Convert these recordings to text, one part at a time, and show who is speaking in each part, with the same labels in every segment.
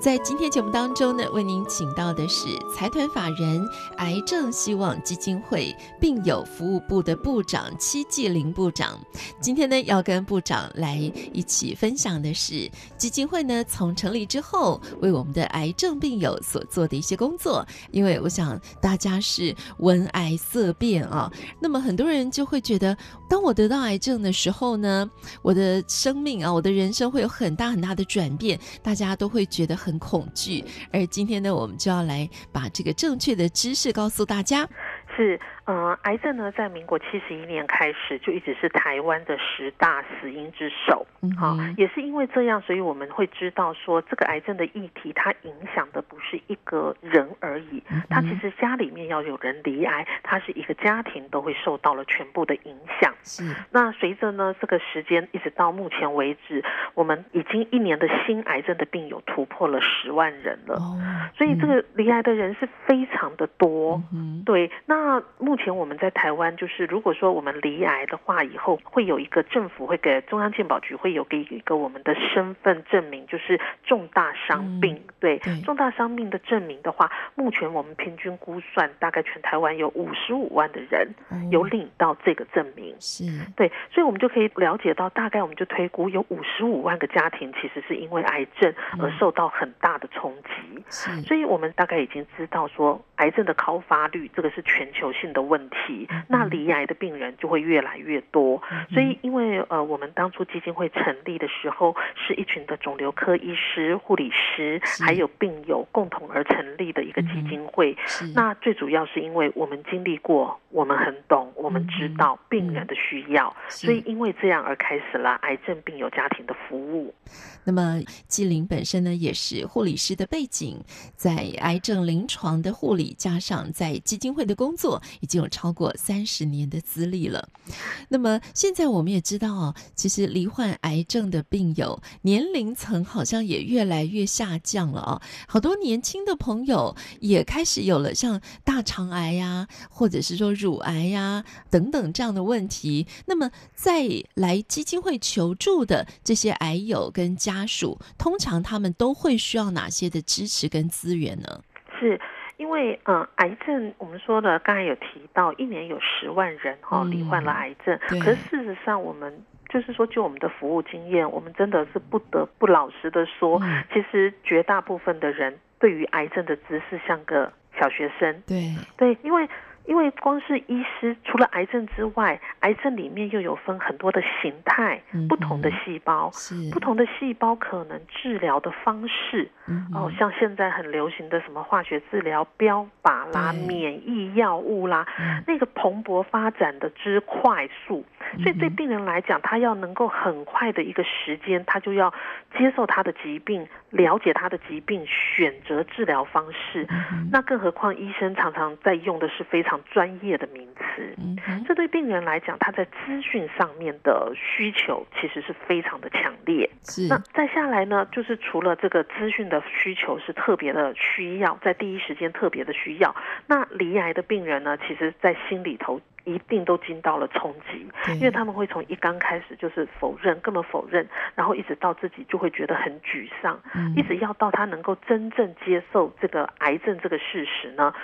Speaker 1: 在今天节目当中呢，为您请到的是财团法人癌症希望基金会病友服务部的部长戚继林部长。今天呢，要跟部长来一起分享的是基金会呢从成立之后为我们的癌症病友所做的一些工作。因为我想大家是闻癌色变啊，那么很多人就会觉得，当我得到癌症的时候呢，我的生命啊，我的人生会有很大很大的转变，大家都会觉得很。很恐惧，而今天呢，我们就要来把这个正确的知识告诉大家。
Speaker 2: 是，嗯、呃，癌症呢，在民国七十一年开始就一直是台湾的十大死因之首，好、嗯啊，也是因为这样，所以我们会知道说，这个癌症的议题，它影响的不是一个人而已，
Speaker 1: 嗯
Speaker 2: 它其实家里面要有人离癌，它是一个家庭都会受到了全部的影响。
Speaker 1: 是，
Speaker 2: 那随着呢，这个时间一直到目前为止，我们已经一年的新癌症的病友突破了十万人了，哦嗯、所以这个离癌的人是非常的多，嗯、对，那。那目前我们在台湾，就是如果说我们离癌的话，以后会有一个政府会给中央健保局会有给一个我们的身份证明，就是重大伤病。嗯、对，对重大伤病的证明的话，目前我们平均估算，大概全台湾有五十五万的人有领到这个证明。嗯、
Speaker 1: 哦是
Speaker 2: 对，所以我们就可以了解到，大概我们就推估有五十五万个家庭其实是因为癌症而受到很大的冲击。
Speaker 1: 嗯、
Speaker 2: 所以我们大概已经知道说，癌症的高发率这个是全。全球性的问题，那离癌的病人就会越来越多。
Speaker 1: 嗯
Speaker 2: 所以，因为呃，我们当初基金会成立的时候，是一群的肿瘤科医师、护理师，还有病友共同而成立的一个基金会。
Speaker 1: 嗯
Speaker 2: 那最主要是因为我们经历过，我们很懂，我们知道病人的需要，所以因为这样而开始了癌症病友家庭的服务。
Speaker 1: 那么，纪玲本身呢也是护理师的背景，在癌症临床的护理，加上在基金会的工。作已经有超过三十年的资历了，那么现在我们也知道哦，其实罹患癌症的病友年龄层好像也越来越下降了哦，好多年轻的朋友也开始有了像大肠癌呀、啊，或者是说乳癌呀、啊、等等这样的问题。那么再来基金会求助的这些癌友跟家属，通常他们都会需要哪些的支持跟资源呢？
Speaker 2: 是。因为嗯、呃，癌症我们说的刚才有提到，一年有十万人哈、哦、罹患了癌症，嗯、可是事实上我们。就是说，就我们的服务经验，我们真的是不得不老实的说，嗯、其实绝大部分的人对于癌症的知识像个小学生。
Speaker 1: 对
Speaker 2: 对，因为因为光是医师，除了癌症之外，癌症里面又有分很多的形态，嗯、不同的细胞，不同的细胞可能治疗的方式。嗯、哦，像现在很流行的什么化学治疗、标靶啦、免疫药物啦，
Speaker 1: 嗯
Speaker 2: 那个蓬勃发展的之快速。所以对病人来讲，他要能够很快的一个时间，他就要接受他的疾病，了解他的疾病，选择治疗方式。嗯、那更何况医生常常在用的是非常专业的名词，嗯、这对病人来讲，他在资讯上面的需求其实是非常的强烈。
Speaker 1: 嗯
Speaker 2: 那再下来呢，就是除了这个资讯的需求是特别的需要，在第一时间特别的需要，那离癌的病人呢，其实在心里头。一定都经到了冲击，因为他们会从一刚开始就是否认，根本否认，然后一直到自己就会觉得很沮丧，嗯、一直要到他能够真正接受这个癌症这个事实呢。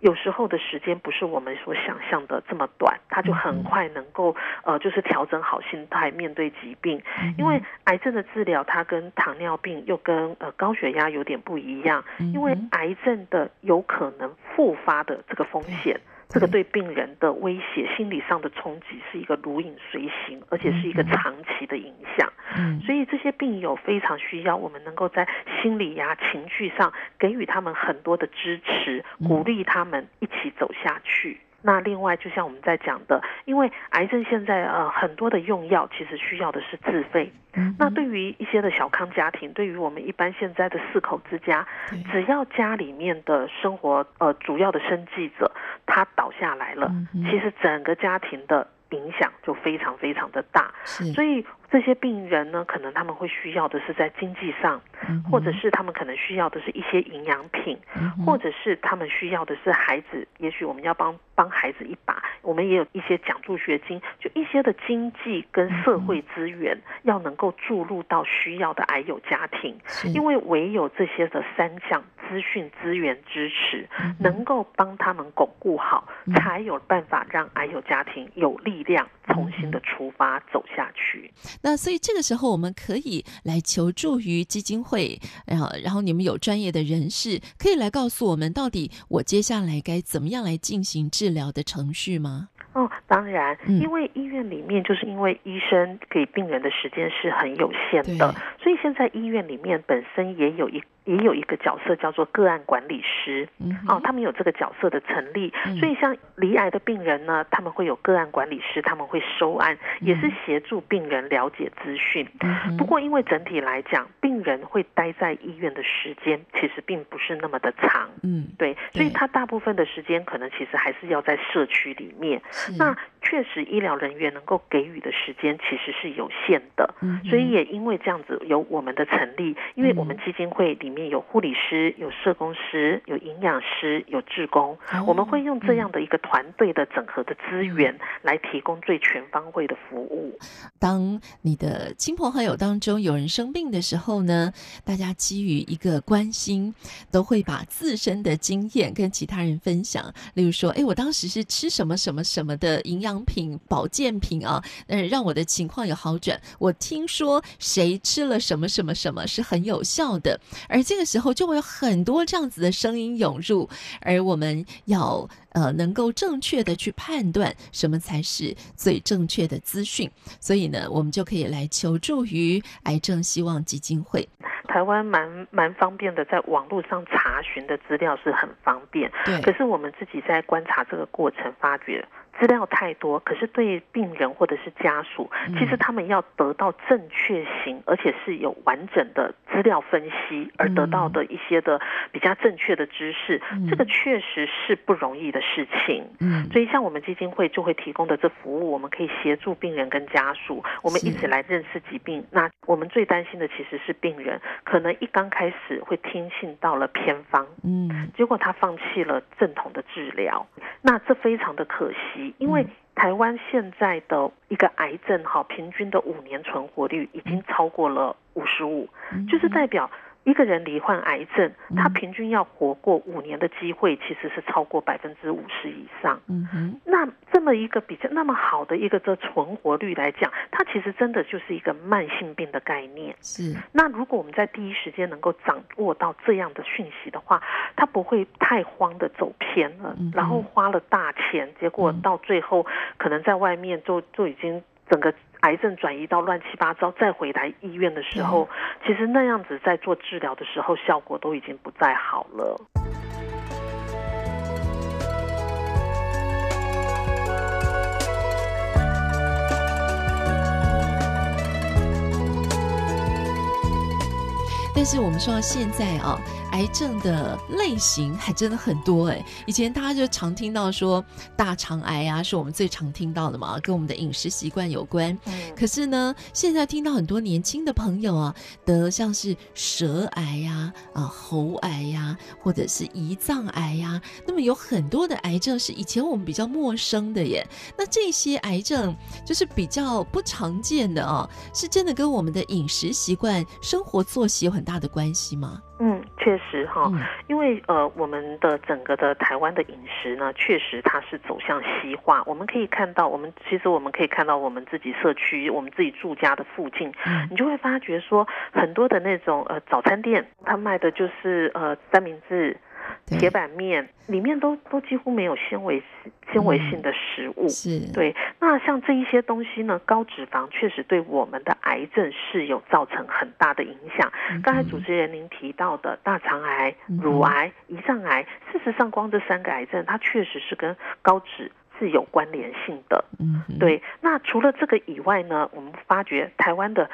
Speaker 2: 有时候的时间不是我们所想象的这么短，他就很快能够呃，就是调整好心态面对疾病。
Speaker 1: 嗯
Speaker 2: 因为癌症的治疗，它跟糖尿病又跟呃高血压
Speaker 1: 嗯
Speaker 2: 有点不一样，因为癌症的有可能复发的这个风险。这个对病人的威胁、心理上的冲击是一个如影随形，而且是一个长期的影响。
Speaker 1: 嗯，
Speaker 2: 所以这些病友非常需要我们能够在心理呀、情绪上给予他们很多的支持，鼓励他们一起走下去。那另外，就像我们在讲的，因为癌症现在呃很多的用药其实需要的是自费。
Speaker 1: 嗯
Speaker 2: 那对于一些的小康家庭，对于我们一般现在的四口之家，
Speaker 1: 对
Speaker 2: 只要家里面的生活呃主要的生计者他倒下来了，
Speaker 1: 嗯哼
Speaker 2: 其实整个家庭的影响就非常非常的大。
Speaker 1: 是，
Speaker 2: 所以这些病人呢，可能他们会需要的是在经济上，
Speaker 1: 嗯
Speaker 2: 或者
Speaker 1: 哼
Speaker 2: 是他们可能需要的是一些营养品，
Speaker 1: 嗯哼
Speaker 2: 或者是他们需要的是孩子，也许我们要帮帮孩子一把，我们也有一些奖助学金，就一些的经济跟
Speaker 1: 嗯
Speaker 2: 社会资源要能够注入到需要的癌友家庭，
Speaker 1: 是
Speaker 2: 因为唯有这些的三项资讯资源支持，
Speaker 1: 嗯哼
Speaker 2: 能够帮他们巩固好，才有办法让癌友家庭有力量
Speaker 1: 嗯
Speaker 2: 重新的出发走下去。
Speaker 1: 那所以这个时候我们可以来求助于基金会，然后然后你们有专业的人士可以来告诉我们，到底我接下来该怎么样来进行治疗的程序吗？
Speaker 2: 哦，当然，
Speaker 1: 嗯
Speaker 2: 因为医院里面就是因为医生给病人的时间是很有限的
Speaker 1: 对，
Speaker 2: 所以现在医院里面本身也有一也有一个角色叫做个案管理师。
Speaker 1: 嗯哼，
Speaker 2: 哦，他们有这个角色的成立，
Speaker 1: 嗯
Speaker 2: 所以像罹癌的病人呢，他们会有个案管理师，他们会收案，也是协助病人了解资讯。
Speaker 1: 嗯哼
Speaker 2: 不过，因为整体来讲，病人会待在医院的时间其实并不是那么的长，
Speaker 1: 嗯，
Speaker 2: 对，所以
Speaker 1: 对
Speaker 2: 他大部分的时间可能其实还是要在社区里面。
Speaker 1: 是
Speaker 2: 那确实，医疗人员能够给予的时间其实是有限的，
Speaker 1: 嗯哼
Speaker 2: 所以也因为这样子，有我们的成立，因为我们基金会里面有护理师、有社工师、有营养师、有志工，
Speaker 1: 哦嗯
Speaker 2: 我们会用这样的一个团队的整合的资源来提供最全方位的服务。
Speaker 1: 当你的亲朋好友当中有人生病的时候呢，大家基于一个关心，都会把自身的经验跟其他人分享。例如说，哎，我当时是吃什么什么什么的营养品、保健品啊，嗯，让我的情况有好转。我听说谁吃了什么什么什么是很有效的，而这个时候就会有很多这样子的声音涌入，而我们要呃能够正确的去判断什么才是最正确的资讯。所以呢，我们就可以来求助于癌症希望基金会。
Speaker 2: 台湾蛮蛮方便的，在网络上查询的资料是很方便，
Speaker 1: 对
Speaker 2: 可是我们自己在观察这个过程，发觉资料太多，可是对病人或者是家属，
Speaker 1: 嗯
Speaker 2: 其实他们要得到正确性，而且是有完整的资料分析而得到的一些的比较正确的知识，
Speaker 1: 嗯
Speaker 2: 这个确实是不容易的事情。
Speaker 1: 嗯，
Speaker 2: 所以，像我们基金会就会提供的这服务，我们可以协助病人跟家属，我们
Speaker 1: 是
Speaker 2: 一起来认识疾病。那我们最担心的其实是病人，可能一刚开始会听信到了偏方，
Speaker 1: 嗯
Speaker 2: 结果他放弃了正统的治疗，那这非常的可惜，因为
Speaker 1: 嗯
Speaker 2: 台湾现在的一个癌症哈，平均的五年存活率已经超过了五十五，
Speaker 1: 嗯
Speaker 2: 就是代表一个人罹患癌症，他
Speaker 1: 嗯
Speaker 2: 平均要活过五年的机会其实是超过百分之五十以上。
Speaker 1: 嗯哼，
Speaker 2: 那这么一个比较那么好的一个这存活率来讲，它其实真的就是一个慢性病的概念。
Speaker 1: 是
Speaker 2: 那如果我们在第一时间能够掌握到这样的讯息的话，他不会太慌的走偏了
Speaker 1: 嗯哼，嗯
Speaker 2: 然后花了大钱，结果到最后可能在外面就就已经整个癌症转移到乱七八糟，再回来医院的时候，其实那样子在做治疗的时候，效果都已经不再好了。
Speaker 1: 但是我们说到现在啊，癌症的类型还真的很多哎、以前大家就常听到说大肠癌啊，是我们最常听到的嘛，跟我们的饮食习惯有关。
Speaker 2: 嗯
Speaker 1: 可是呢，现在听到很多年轻的朋友啊，得像是舌癌呀、啊、喉癌呀、或者是胰脏癌呀、那么有很多的癌症是以前我们比较陌生的耶。那这些癌症就是比较不常见的哦，是真的跟我们的饮食习惯、生活作息有很大的关系吗？
Speaker 2: 嗯，确实哈、
Speaker 1: 嗯
Speaker 2: 因为呃，我们的整个的台湾的饮食呢，确实它是走向西化。我们可以看到，我们其实我们可以看到我们自己社区、我们自己住家的附近，
Speaker 1: 嗯
Speaker 2: 你就会发觉说，很多的那种呃早餐店，它卖的就是呃三明治。铁板面里面都都几乎没有纤维纤维性的食物。
Speaker 1: 是，
Speaker 2: 对，那像这一些东西呢，高脂肪确实对我们的癌症是有造成很大的影响。
Speaker 1: 嗯
Speaker 2: 刚才主持人您提到的大肠癌、乳癌、胰脏癌，事实上光这三个癌症，它确实是跟高脂。是有关联性的，
Speaker 1: 嗯，
Speaker 2: 对。那除了这个以外呢，我们发觉台湾的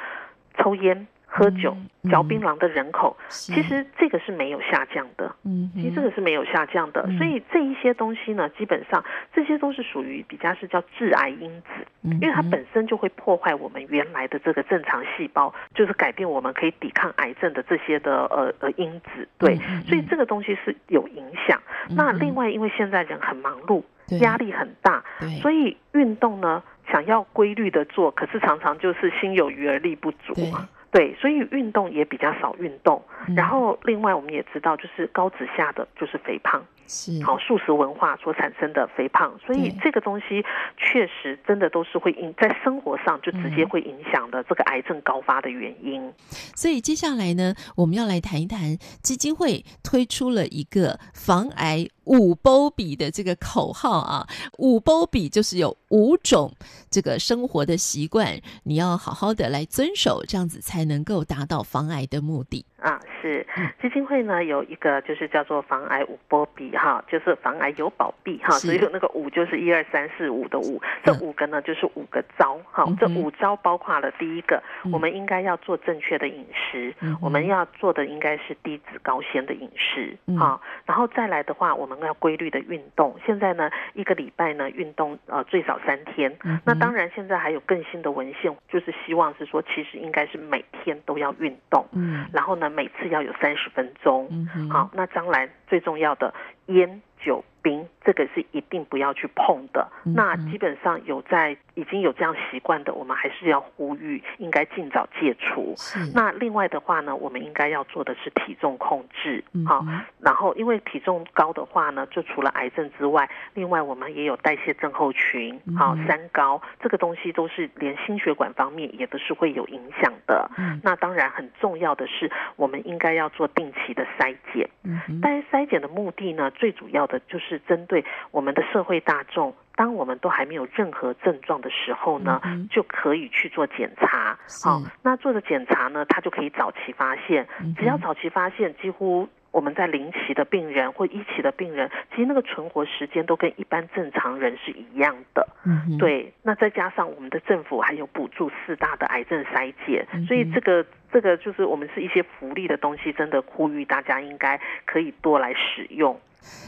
Speaker 2: 抽烟、喝酒、
Speaker 1: 嗯
Speaker 2: 嚼槟榔的人口，
Speaker 1: 是
Speaker 2: 其实这个是没有下降的，
Speaker 1: 嗯哼，
Speaker 2: 其实这个是没有下降的。
Speaker 1: 嗯
Speaker 2: 所以这一些东西呢，基本上这些都是属于比较是叫致癌因子，
Speaker 1: 因
Speaker 2: 因为它本身就会破坏我们原来的这个正常细胞，就是改变我们可以抵抗癌症的这些的呃呃因子。对，
Speaker 1: 嗯嗯嗯
Speaker 2: 所以这个东西是有影响。那另外，因为现在人很忙碌，压力很大，
Speaker 1: 对，
Speaker 2: 所以运动呢，想要规律的做，可是常常就是心有余而力不足
Speaker 1: 对
Speaker 2: 嘛。对，所以运动也比较少运动。
Speaker 1: 嗯
Speaker 2: 然后，另外我们也知道，就是高脂下的就是肥胖，
Speaker 1: 是
Speaker 2: 好素食文化所产生的肥胖，所以
Speaker 1: 嗯对
Speaker 2: 这个东西确实真的都是会影在生活上就直接
Speaker 1: 嗯
Speaker 2: 会影响的这个癌症高发的原因。
Speaker 1: 所以接下来呢，我们要来谈一谈基金会推出了一个防癌五波比的这个口号啊。五波比就是有五种这个生活的习惯，你要好好的来遵守，这样子才能够达到防癌的目的。
Speaker 2: 啊，是
Speaker 1: 嗯
Speaker 2: 基金会呢有一个就是叫做防癌五波比哈，就是防癌有保庇哈，
Speaker 1: 是
Speaker 2: 所以有那个五就是一二三四五的五，这
Speaker 1: 嗯
Speaker 2: 五个呢就是五个招哈
Speaker 1: 嗯哼，
Speaker 2: 这五招包括了第一个，
Speaker 1: 嗯
Speaker 2: 我们应该要做正确的饮食
Speaker 1: 嗯哼，
Speaker 2: 我们要做的应该是低脂高纤的饮食
Speaker 1: 嗯
Speaker 2: 哈，然后再来的话，我们要规律的运动，现在呢一个礼拜呢运动呃最少三天，
Speaker 1: 嗯
Speaker 2: 那
Speaker 1: 哼
Speaker 2: 当然现在还有更新的文献，就是希望是说其实应该是每天都要运动。
Speaker 1: 嗯
Speaker 2: 然后呢，每次要有三十分钟。
Speaker 1: 嗯哼
Speaker 2: 好，那当然最重要的烟酒冰，这个是一定不要去碰的。
Speaker 1: 嗯
Speaker 2: 那
Speaker 1: 嗯
Speaker 2: 基本上有在已经有这样习惯的，我们还是要呼吁应该尽早戒除。
Speaker 1: 是
Speaker 2: 那另外的话呢，我们应该要做的是体重控制，
Speaker 1: 嗯
Speaker 2: 好、
Speaker 1: 哼
Speaker 2: 然后因为体重高的话呢，就除了癌症之外，另外我们也有代谢症候群，好、
Speaker 1: 嗯哼
Speaker 2: 三高，这个东西都是连心血管方面也都是会有影响的。
Speaker 1: 嗯
Speaker 2: 那当然很重要的是，我们应该要做定期的筛检，
Speaker 1: 嗯哼
Speaker 2: 但是筛检的目的呢，最主要的就是针对我们的社会大众。当我们都还没有任何症状的时候呢，
Speaker 1: 嗯哼
Speaker 2: 就可以去做检查。
Speaker 1: 是
Speaker 2: 好、那做的检查呢，它就可以早期发现。
Speaker 1: 嗯
Speaker 2: 只要
Speaker 1: 哼
Speaker 2: 早期发现，几乎我们在零期的病人或一期的病人，其实那个存活时间都跟一般正常人是一样的。
Speaker 1: 嗯哼
Speaker 2: 对，那再加上我们的政府还有补助四大的癌症筛检
Speaker 1: 嗯哼，
Speaker 2: 所以这个这个就是我们是一些福利的东西，真的呼吁大家应该可以多来使用。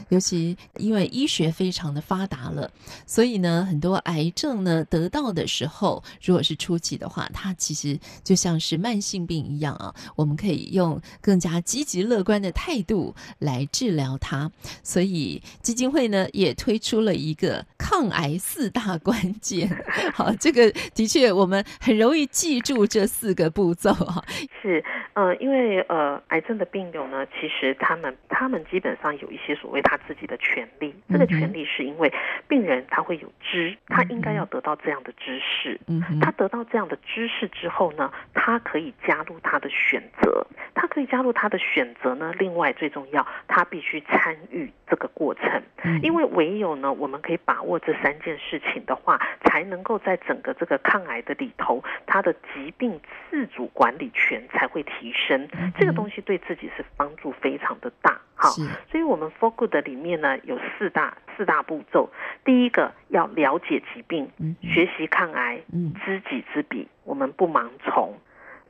Speaker 1: 尤其因为医学非常的发达了，所以呢，很多癌症呢得到的时候，如果是初期的话，它其实就像是慢性病一样啊，我们可以用更加积极乐观的态度来治疗它。所以基金会呢也推出了一个抗癌四大关键。好，这个的确我们很容易记住这四个步骤啊。
Speaker 2: 是，呃，因为呃，癌症的病友呢，其实他们他们基本上有一些所谓他自己的权利，这个
Speaker 1: 嗯哼
Speaker 2: 权利是因为病人他会有知，他应该
Speaker 1: 嗯哼
Speaker 2: 要得到这样的知识。
Speaker 1: 嗯哼，
Speaker 2: 他得到这样的知识之后呢，他可以加入他的选择，他可以加入他的选择呢。另外最重要，他必须参与这个过程，
Speaker 1: 嗯
Speaker 2: 因为唯有呢，我们可以把握这三件事情的话，才能够在整个这个抗癌的里头，他的疾病自主管理权才会提升
Speaker 1: 嗯。
Speaker 2: 这个东西对自己是帮助非常的大。好，
Speaker 1: 是
Speaker 2: 所以我们 For Good 里面呢有四大四大步骤，第一个要了解疾病，
Speaker 1: 嗯哼
Speaker 2: 学习抗癌，
Speaker 1: 嗯
Speaker 2: 知己知彼，我们不盲从。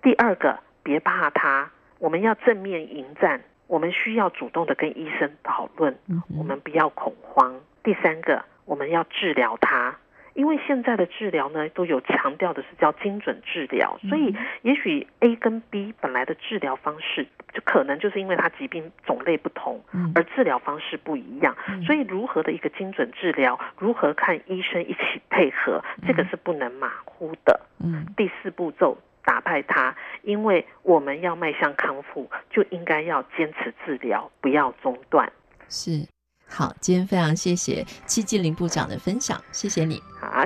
Speaker 2: 第二个，别怕它，我们要正面迎战，我们需要主动的跟医生讨论，
Speaker 1: 嗯哼
Speaker 2: 我们不要恐慌。第三个，我们要治疗它。因为现在的治疗呢，都有强调的是叫精准治疗，所以
Speaker 1: 嗯
Speaker 2: 也许 A 跟 B 本来的治疗方式，就可能就是因为它疾病种类不同，
Speaker 1: 嗯
Speaker 2: 而治疗方式不一样，
Speaker 1: 嗯
Speaker 2: 所以如何的一个精准治疗，如何看医生一起配合，这个是不能马虎的。
Speaker 1: 嗯
Speaker 2: 第四步骤打败它，因为我们要迈向康复，就应该要坚持治疗，不要中断。
Speaker 1: 是。好，今天非常谢谢戚继林部长的分享，谢谢你，
Speaker 2: 好，